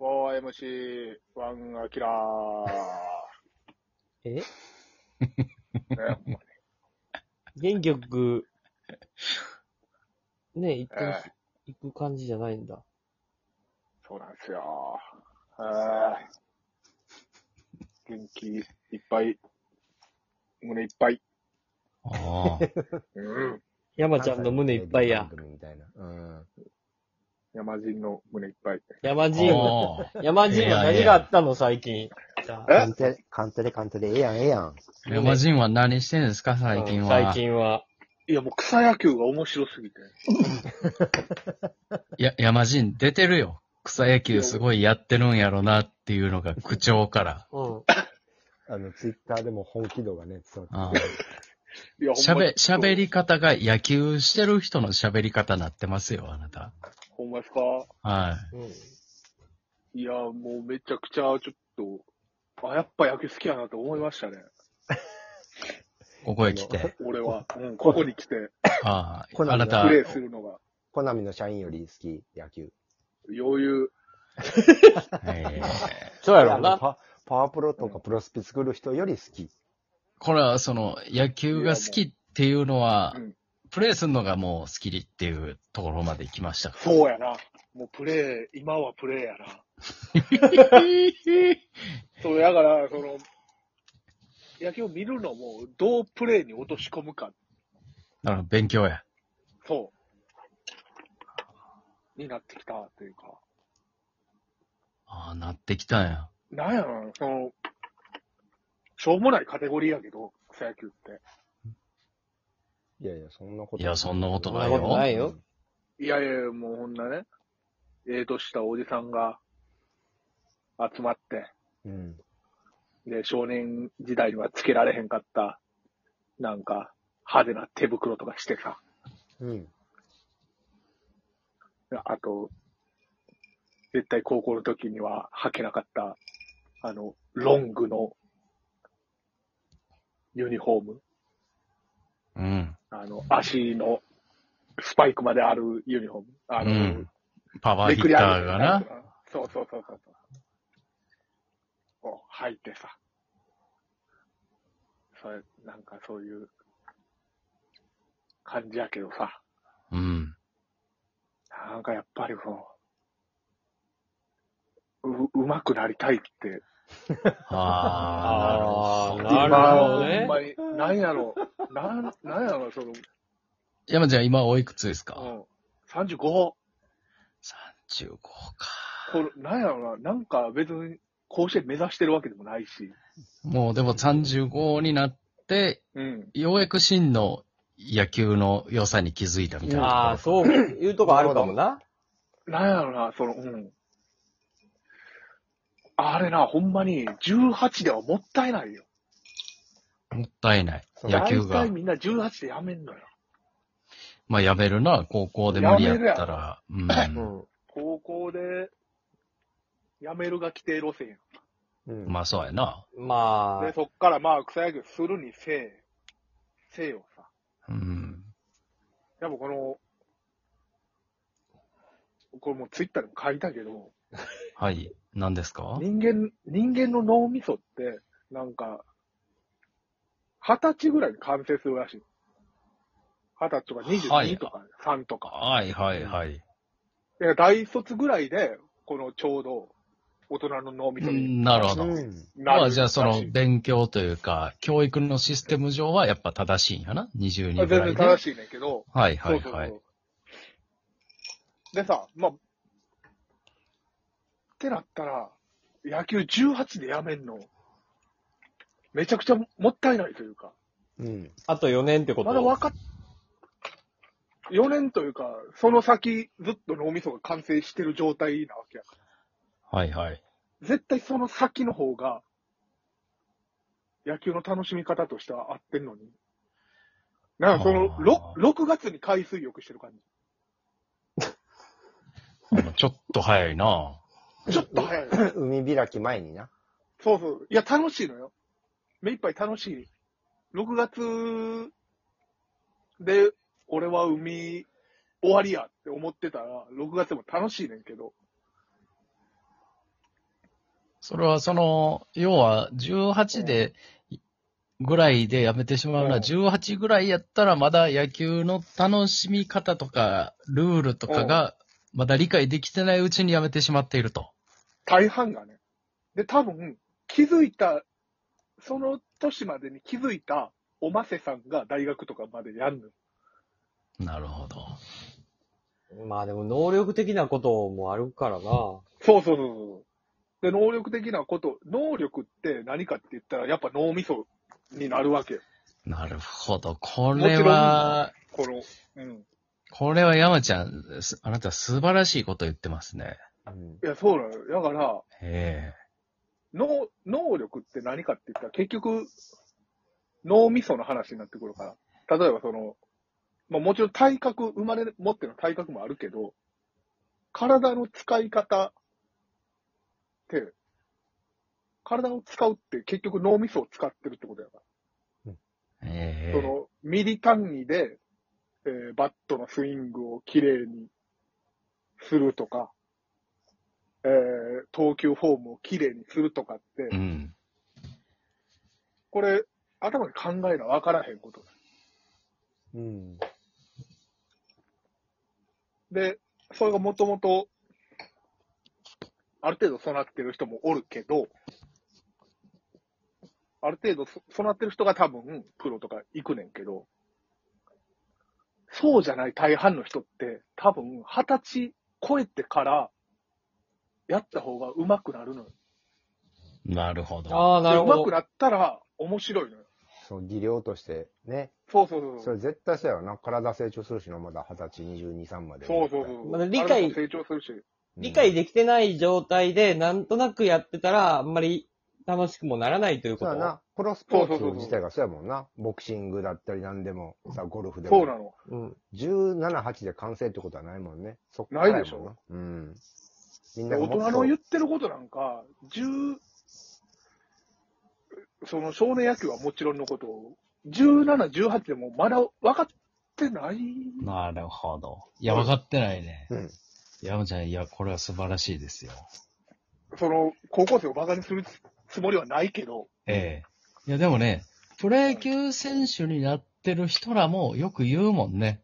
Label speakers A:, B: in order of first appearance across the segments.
A: 4MC1 アキラー。
B: え
A: ね、
B: 原曲、ね、行って
A: え
B: 行く感じじゃないんだ。
A: そうなんですよ。えー元気いっぱい。胸いっぱい。
C: ああ。
A: うん。
B: 山ちゃんの胸いっぱいや
D: 関西。のテレビ番組みたいな。うん。
A: 山人の胸いっぱい。
B: 山人は、
C: ああ
B: 山人はい
C: やい
B: 何
C: や
B: があったの最近。
D: カンテレ、カンテレ、カンテレ、ええやん、ええやん。
C: レマジンは何してんですか、最近は。
B: 最近は。
A: いや、もう草野球が面白すぎて。
C: や、山人出てるよ。草野球すごいやってるんやろなっていうのが口調から。
B: うん。
D: あの、ツイッターでも本気度がね、伝わ
C: あ
D: ってくる
A: いや、ほんま
C: 喋、喋り方が野球してる人の喋り方なってますよ、あなた。
A: ほんまですか
C: は
B: うん
A: いや、もうめちゃくちゃ、ちょっと、あ、やっぱ野球好きやなと思いましたね。
C: い。ここへ来て。
A: 俺は。うん、ここに来て、
C: あ
D: こ
C: あ。
D: んな
C: あ
D: ん
C: な
A: プ
C: た、
A: レイするのが、
D: コナミの社員より好き、野球。
A: 余裕。
C: えー
B: そうやろう
D: あの
B: な。
D: パパワープロとかプロスピ作る人より好き。
C: これはその、野球が好きっていうのは
A: うん、
C: プレイするのがもう好きっていうところまで来 ましたか
A: そうやな。もうプレイ、今はプレイやな。
C: ら。
A: そう、だから、その、野球を見るのも、どうプレイに落とし込むか、
C: あの、勉強や。
A: そう、になってきたというか。
C: ああ、なってきたんや。
A: なんやろな、その、しょうもないカテゴリーやけど、草野球って。
D: いやいや、そんなこと。
C: いやそんなこと
B: ないよそんなことないよ。
A: いやいやいや、もうほんなね、ええとしたおじさんが集まって、
D: うん。
A: で、少年時代にはつけられへんかった、なんか、派手な手袋とかしてさ、
D: うん。
A: あと、絶対高校の時には履けなかった、あの、ロングのユニフォーム、
C: うん。
A: あの、足のスパイクまであるユニフォーム、あの、
C: うんパワー
A: め
C: ヒ
A: く
C: ッ
A: り
C: タ
A: 上げ
C: ーがな。。
A: そうそうそうそうそう。こう、履いてさ。それ、なんかそういう感じやけどさ。
C: うん。
A: なんかやっぱりその、う、うまくなりたいって。
C: ああ、
B: ああ、
A: 今
B: なるほど
A: ほ
B: ね
A: ん。まに、なんやろ。なん、なんやろ、その、
C: 山ちゃん今おいくつです
A: う
C: か
A: ん。35、こ
C: ?35 か。
A: れ、なんやろな。なんか別に、甲子園目指してるわけでもないし。
C: もうでも35になって、
A: うん。
C: ようやく真の野球の良さに気づいたみたいな。
B: ああ、そういうとこあるかもな。
A: なんやろな、その、うん。あれな、ほんまに、18ではもったいないよ。
C: もったいない。
D: そう
C: 野球が
A: 大体。みんな18でやめんのよ。
C: まあやめるな、高校で無理やったら。うん。
B: うん。
A: 高校で、やめるが規定路線や
D: うん。
C: まあそうやな。
B: ま
A: で、
B: あ、
A: そっからまあ、草野球するにせえ、せえよさ。
C: うん。
A: でもこの、これもうツイッターでも書いたけど、
C: はい。何ですか
A: 人間、人間の脳みそって、なんか、二十歳ぐらいに完成するらしい。二十歳とか
C: はい
A: 22とか3とか。
C: はいはいはい。
A: で大卒ぐらいで、このちょうど大人の脳みそうに
C: んなるほ
D: う
C: ど。
D: ん。
A: なる
C: ま
A: ら
C: あ
A: しい。
C: じゃあその勉強というか、教育のシステム上はやっぱ正しいんやな。22
A: 全
C: ぐらい
A: 然
C: で。
A: 正しいねんけど、
C: はいはい
A: そうそ
C: は
A: う
C: い
A: そ。う。でさ、まあ、ってなったら、野球18でやめんの、めちゃくちゃもったいないというか。
D: うん。
B: あと4年ってこ
A: まだ分
B: と。
A: かっ、4年というか、その先ずっと脳みそが完成してる状態なわけやか
C: はいはい。
A: ら。絶対その先の方が、野球の楽しみ方としては合ってんのに。なんかその
C: あー
A: ろ、6月に海水浴してる感
C: あのちょっと早いな。
A: じ。ちょっと早い。
D: 海開き前にな。
A: そうそう。いや、楽しいのよ。目いっぱい楽しい。6月で、俺は海終わりやって思ってたら、6月も楽しいねんけど、
C: それはその、要は18で、ぐらいでやめてしまうの
A: う
C: は、
A: ん
C: 18ぐらいやったらまだ野球の楽しみ方とか、ルールとかが、まだ理解できてないうちにやめてしまっていると。
A: 大半がね。で、多分、気づいた、その年までに気づいた、おませさんが大学とかまでやるのよ。
C: なるほど。
B: まあでも能力的なこともあるからな。
A: そうそうそうそう。で、能力的なこと、能力って何かって言ったら、やっぱ脳みそになるわけよ。
C: なるほど。これは、
A: この、うん。
C: これは山ちゃん、すあなた素晴らしいこと言ってますね。
B: うん。
A: いや、そうなのよ。だから、
C: え
A: 能、能力って何かって言ったら、結局、脳みその話になってくるから。例えばその、まあもちろん体格、生まれ持っての体格もあるけど、体の使い方って、体を使うって結局脳みそを使ってるってことやから。
C: ええ
A: その、ミリ単位で、えーバットのスイングをきれいにするとか、えー投球フォームをきれいにするとかって、
C: えうん。
A: これ、頭で考えな分からへんことだ
D: うん。
A: で、それがもともと、ある程度備ってる人もおるけど、ある程度そ備ってる人が多分、プロとか行くねんけど、そうじゃない大半の人って、多分、二十歳超えてから、やった方が上手くなるのよ。
C: なるほど。
B: ああ、なる
A: 上
B: ほ
A: 手く
B: ど。
A: なったら、面白いのよ。
D: その技量としてね。
A: そうそうそう
D: そ
A: そう。
D: れ絶対そうやろな。体成長するしな、まだ二十歳、二十二、三まで。
A: そうそう
D: うん
A: そう。
B: まだ理解
A: ある程度成長するし。
B: 理解できてない状態で、なんとなくやってたら、あんまり楽しくもならないというこ
D: そう
B: と。
D: やな。プロスポーツ自体がそうやもんな。ボクシングだったり何でも、さ、ゴルフでも。
A: そうなの。
B: うん。
D: 17、8で完成ってことはないもんね。そっから
A: ないでしょ
D: やもんな。うん。みんな
A: 大
D: がもっと
A: 人の言ってることなんか、十、その少年野球はもちろんのこと、17、18でもまだ分かってない。
C: なるほど。いや、分かってないね。
D: うん。
C: 山ちゃん、いや、これは素晴らしいですよ。
A: その、高校生を馬鹿にするつもりはないけど、
C: ええいや、でもね、プロ野球選手になってる人らもよく言うもんね。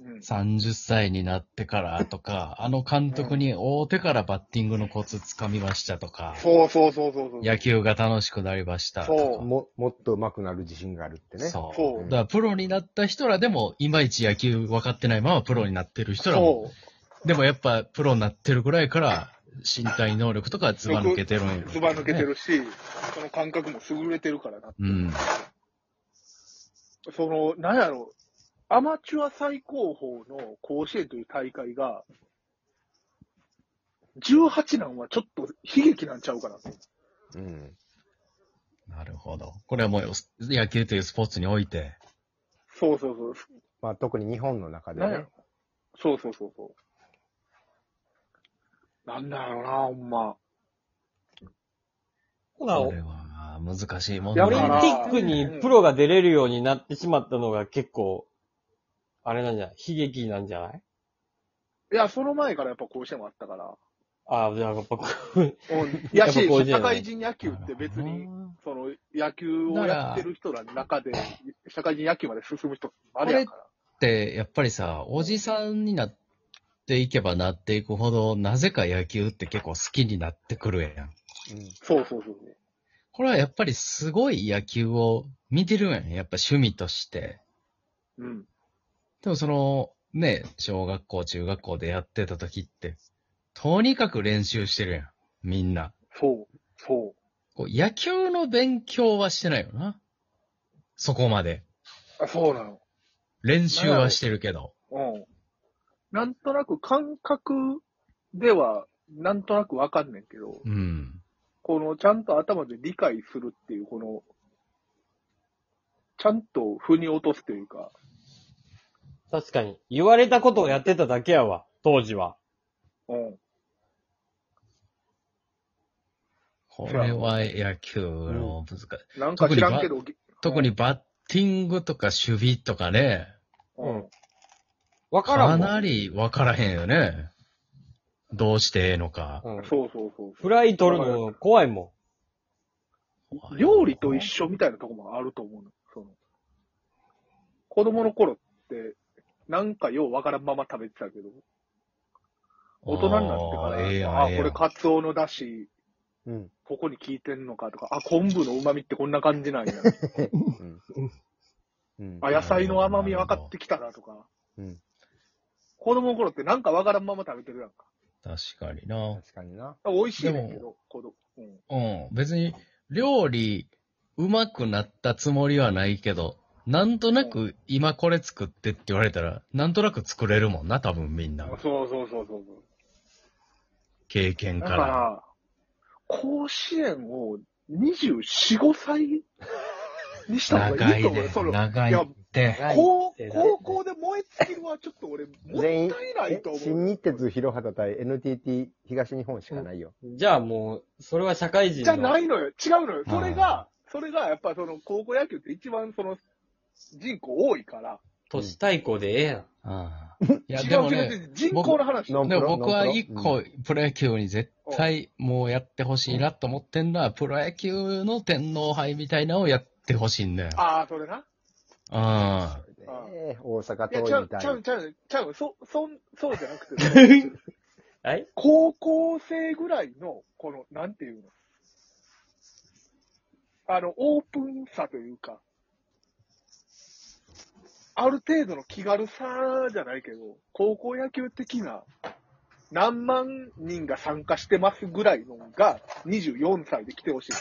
A: うん、
C: 30歳になってからとか、あの監督に大手からバッティングのコツつかみましたとか、
A: そうそうそうそうそう。
C: 野球が楽しくなりましたと
A: そ
D: も、もっと上手くなる自信があるって
C: か。
D: ね。
C: そう。
A: そう
C: だからプロになった人らでも、いまいち野球分かってないままプロになってる人らも、
A: そ
C: でもやっぱプロになってるぐらいから、身体能力とかずば抜けてるんよ
A: う。ずば抜けて。るし、その感覚も優れてるからな。
C: うん。
A: その、なんやろう、アマチュア最高峰の甲子園という大会が、18なんはちょっと悲劇なんちゃうかな。
D: うん。
C: なるほど。これはもう野球というスポーツにおいて、
A: そうそうそう。
D: まあ特に日本の中で
A: なんや
D: ね
A: ろ。そうそうそうそう。なんだろうな、ほんま。
B: ほな、
C: こ
B: オ
C: れ
B: リン
C: は難しいもん
A: や
C: だ
A: っ
B: ピ
A: ぱな
C: な。
B: ックにプロが出れるようになってしまったのが結構、あれなんじゃない悲劇なんじゃない
A: いや、その前からやっぱ甲子園もあったから。
B: ああ、じゃあやっぱ、
A: うん。 や
B: やっ
A: し、
B: ぱ甲子園や
A: 社
B: ね
A: 会人野球って別に、その野球をやってる人らの中で、社会人野球まで進む人、あれやから。
C: って、やっぱりさ、おじさんになっていけばなっていくほど、なぜか野球って結構好きになってくるやん。
A: そうそうそう。
C: これはやっぱりすごい野球を見てるやん。やっぱ趣味として。
A: うん。
C: でもその、ね、小学校、中学校でやってた時って、とにかく練習してるやん。みんな。
A: そう。そう。
C: こう野球の勉強はしてないよな。そこまで。
A: あ、そうなの。
C: 練習はしてるけど。
A: うん。なんとなく感覚では、なんとなくわかんねんけど、
C: うん。
A: このちゃんと頭で理解するっていう、この、ちゃんと腑に落とすというか、
B: 確かに。言われたことをやってただけやわ、当時は。
A: うん。
C: これは野球の難しい。
A: なんか知らんけど、
C: 特にバッティングとか守備とかね、
A: うん。
B: わから
C: か
B: んもん。
C: なり分からへんよね。どうしてええのか。
B: うん。
A: そうそうそう
B: フライ取るの怖いも
A: そう。料理と一緒みたいなとこもあると思うの。その子供の頃って、なんかようわからんまま食べてたけど、大人になってか
C: あ
A: ら、
C: ーええやん
A: あ、
C: え
A: こ
C: えや
A: れ
C: ん
A: カツオのだし、
D: うん。
A: ここに効いてんのかとか、あ、昆布の旨味ってこんな感じなんや。
D: うん。
A: あ、野菜の甘み分かってきたなとか。
D: うん。
A: 子供の頃ってなんか分からんまま食べてるやんか。
C: 確かにな。
D: 確かにな。
A: 美味しいねんけ
C: で
A: ど、子供。うん。
C: うん。別に、料理、うまくなったつもりはないけど、なんとなく今これ作ってって言われたら、なんとなく作れるもんな、多分みんな。
A: そうそうそうそうそう。
C: 経験
A: だ
C: か。
A: からら、甲子園を24、5歳にした方が
C: 長
A: いいと
C: い
A: 思う。
C: で、
A: その
C: 長いって。
A: 高高校で燃え尽きるはちょっと俺、もった
D: 全
A: い
D: 員、
A: ないと
D: え
A: 思う。
D: 新日鉄広畑対 NTT 東日本しかないよ。
B: ん。じゃあもう、それは社会人の。
A: じゃないのよ。違うのよ。それが、それがやっぱその高校野球って一番その人口多いから、
B: 都市対抗でええやん。
C: ああい や、
A: 違
C: で
A: う
C: も
A: 違う
C: ね、
A: 違う人口の話。
D: ノンプ
C: で
D: ロ
C: も僕は一。
D: ノン
C: 個プロ野球に絶対もうやってほしいなと思ってんのは、プロ野球の天皇杯みたいなのをやってほしいんだよ。
A: ああ、それな。
C: あ
D: プロうんええ大阪
A: いや、
D: 桐
A: ちゃ
D: 蔭
A: う、
D: 対
A: ちゃう、ちゃう、ちゃう、そ、そん、 そうじゃなく て、
B: はい
A: 高校生ぐらいの、この、なんていうの。あの、オープンさというか、ある程度の気軽さじゃないけど、高校野球的な、何万人が参加してますぐらいのが、24歳で来てほしい。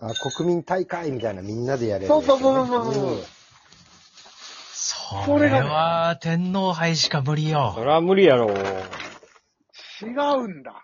D: あ、国民大会みたいなみんなでやれる。
A: そうそうそうそうそう。
D: ん
C: あ。それは天皇杯しか無理よ
B: そ。れは無理やろ。
A: 違うんだ。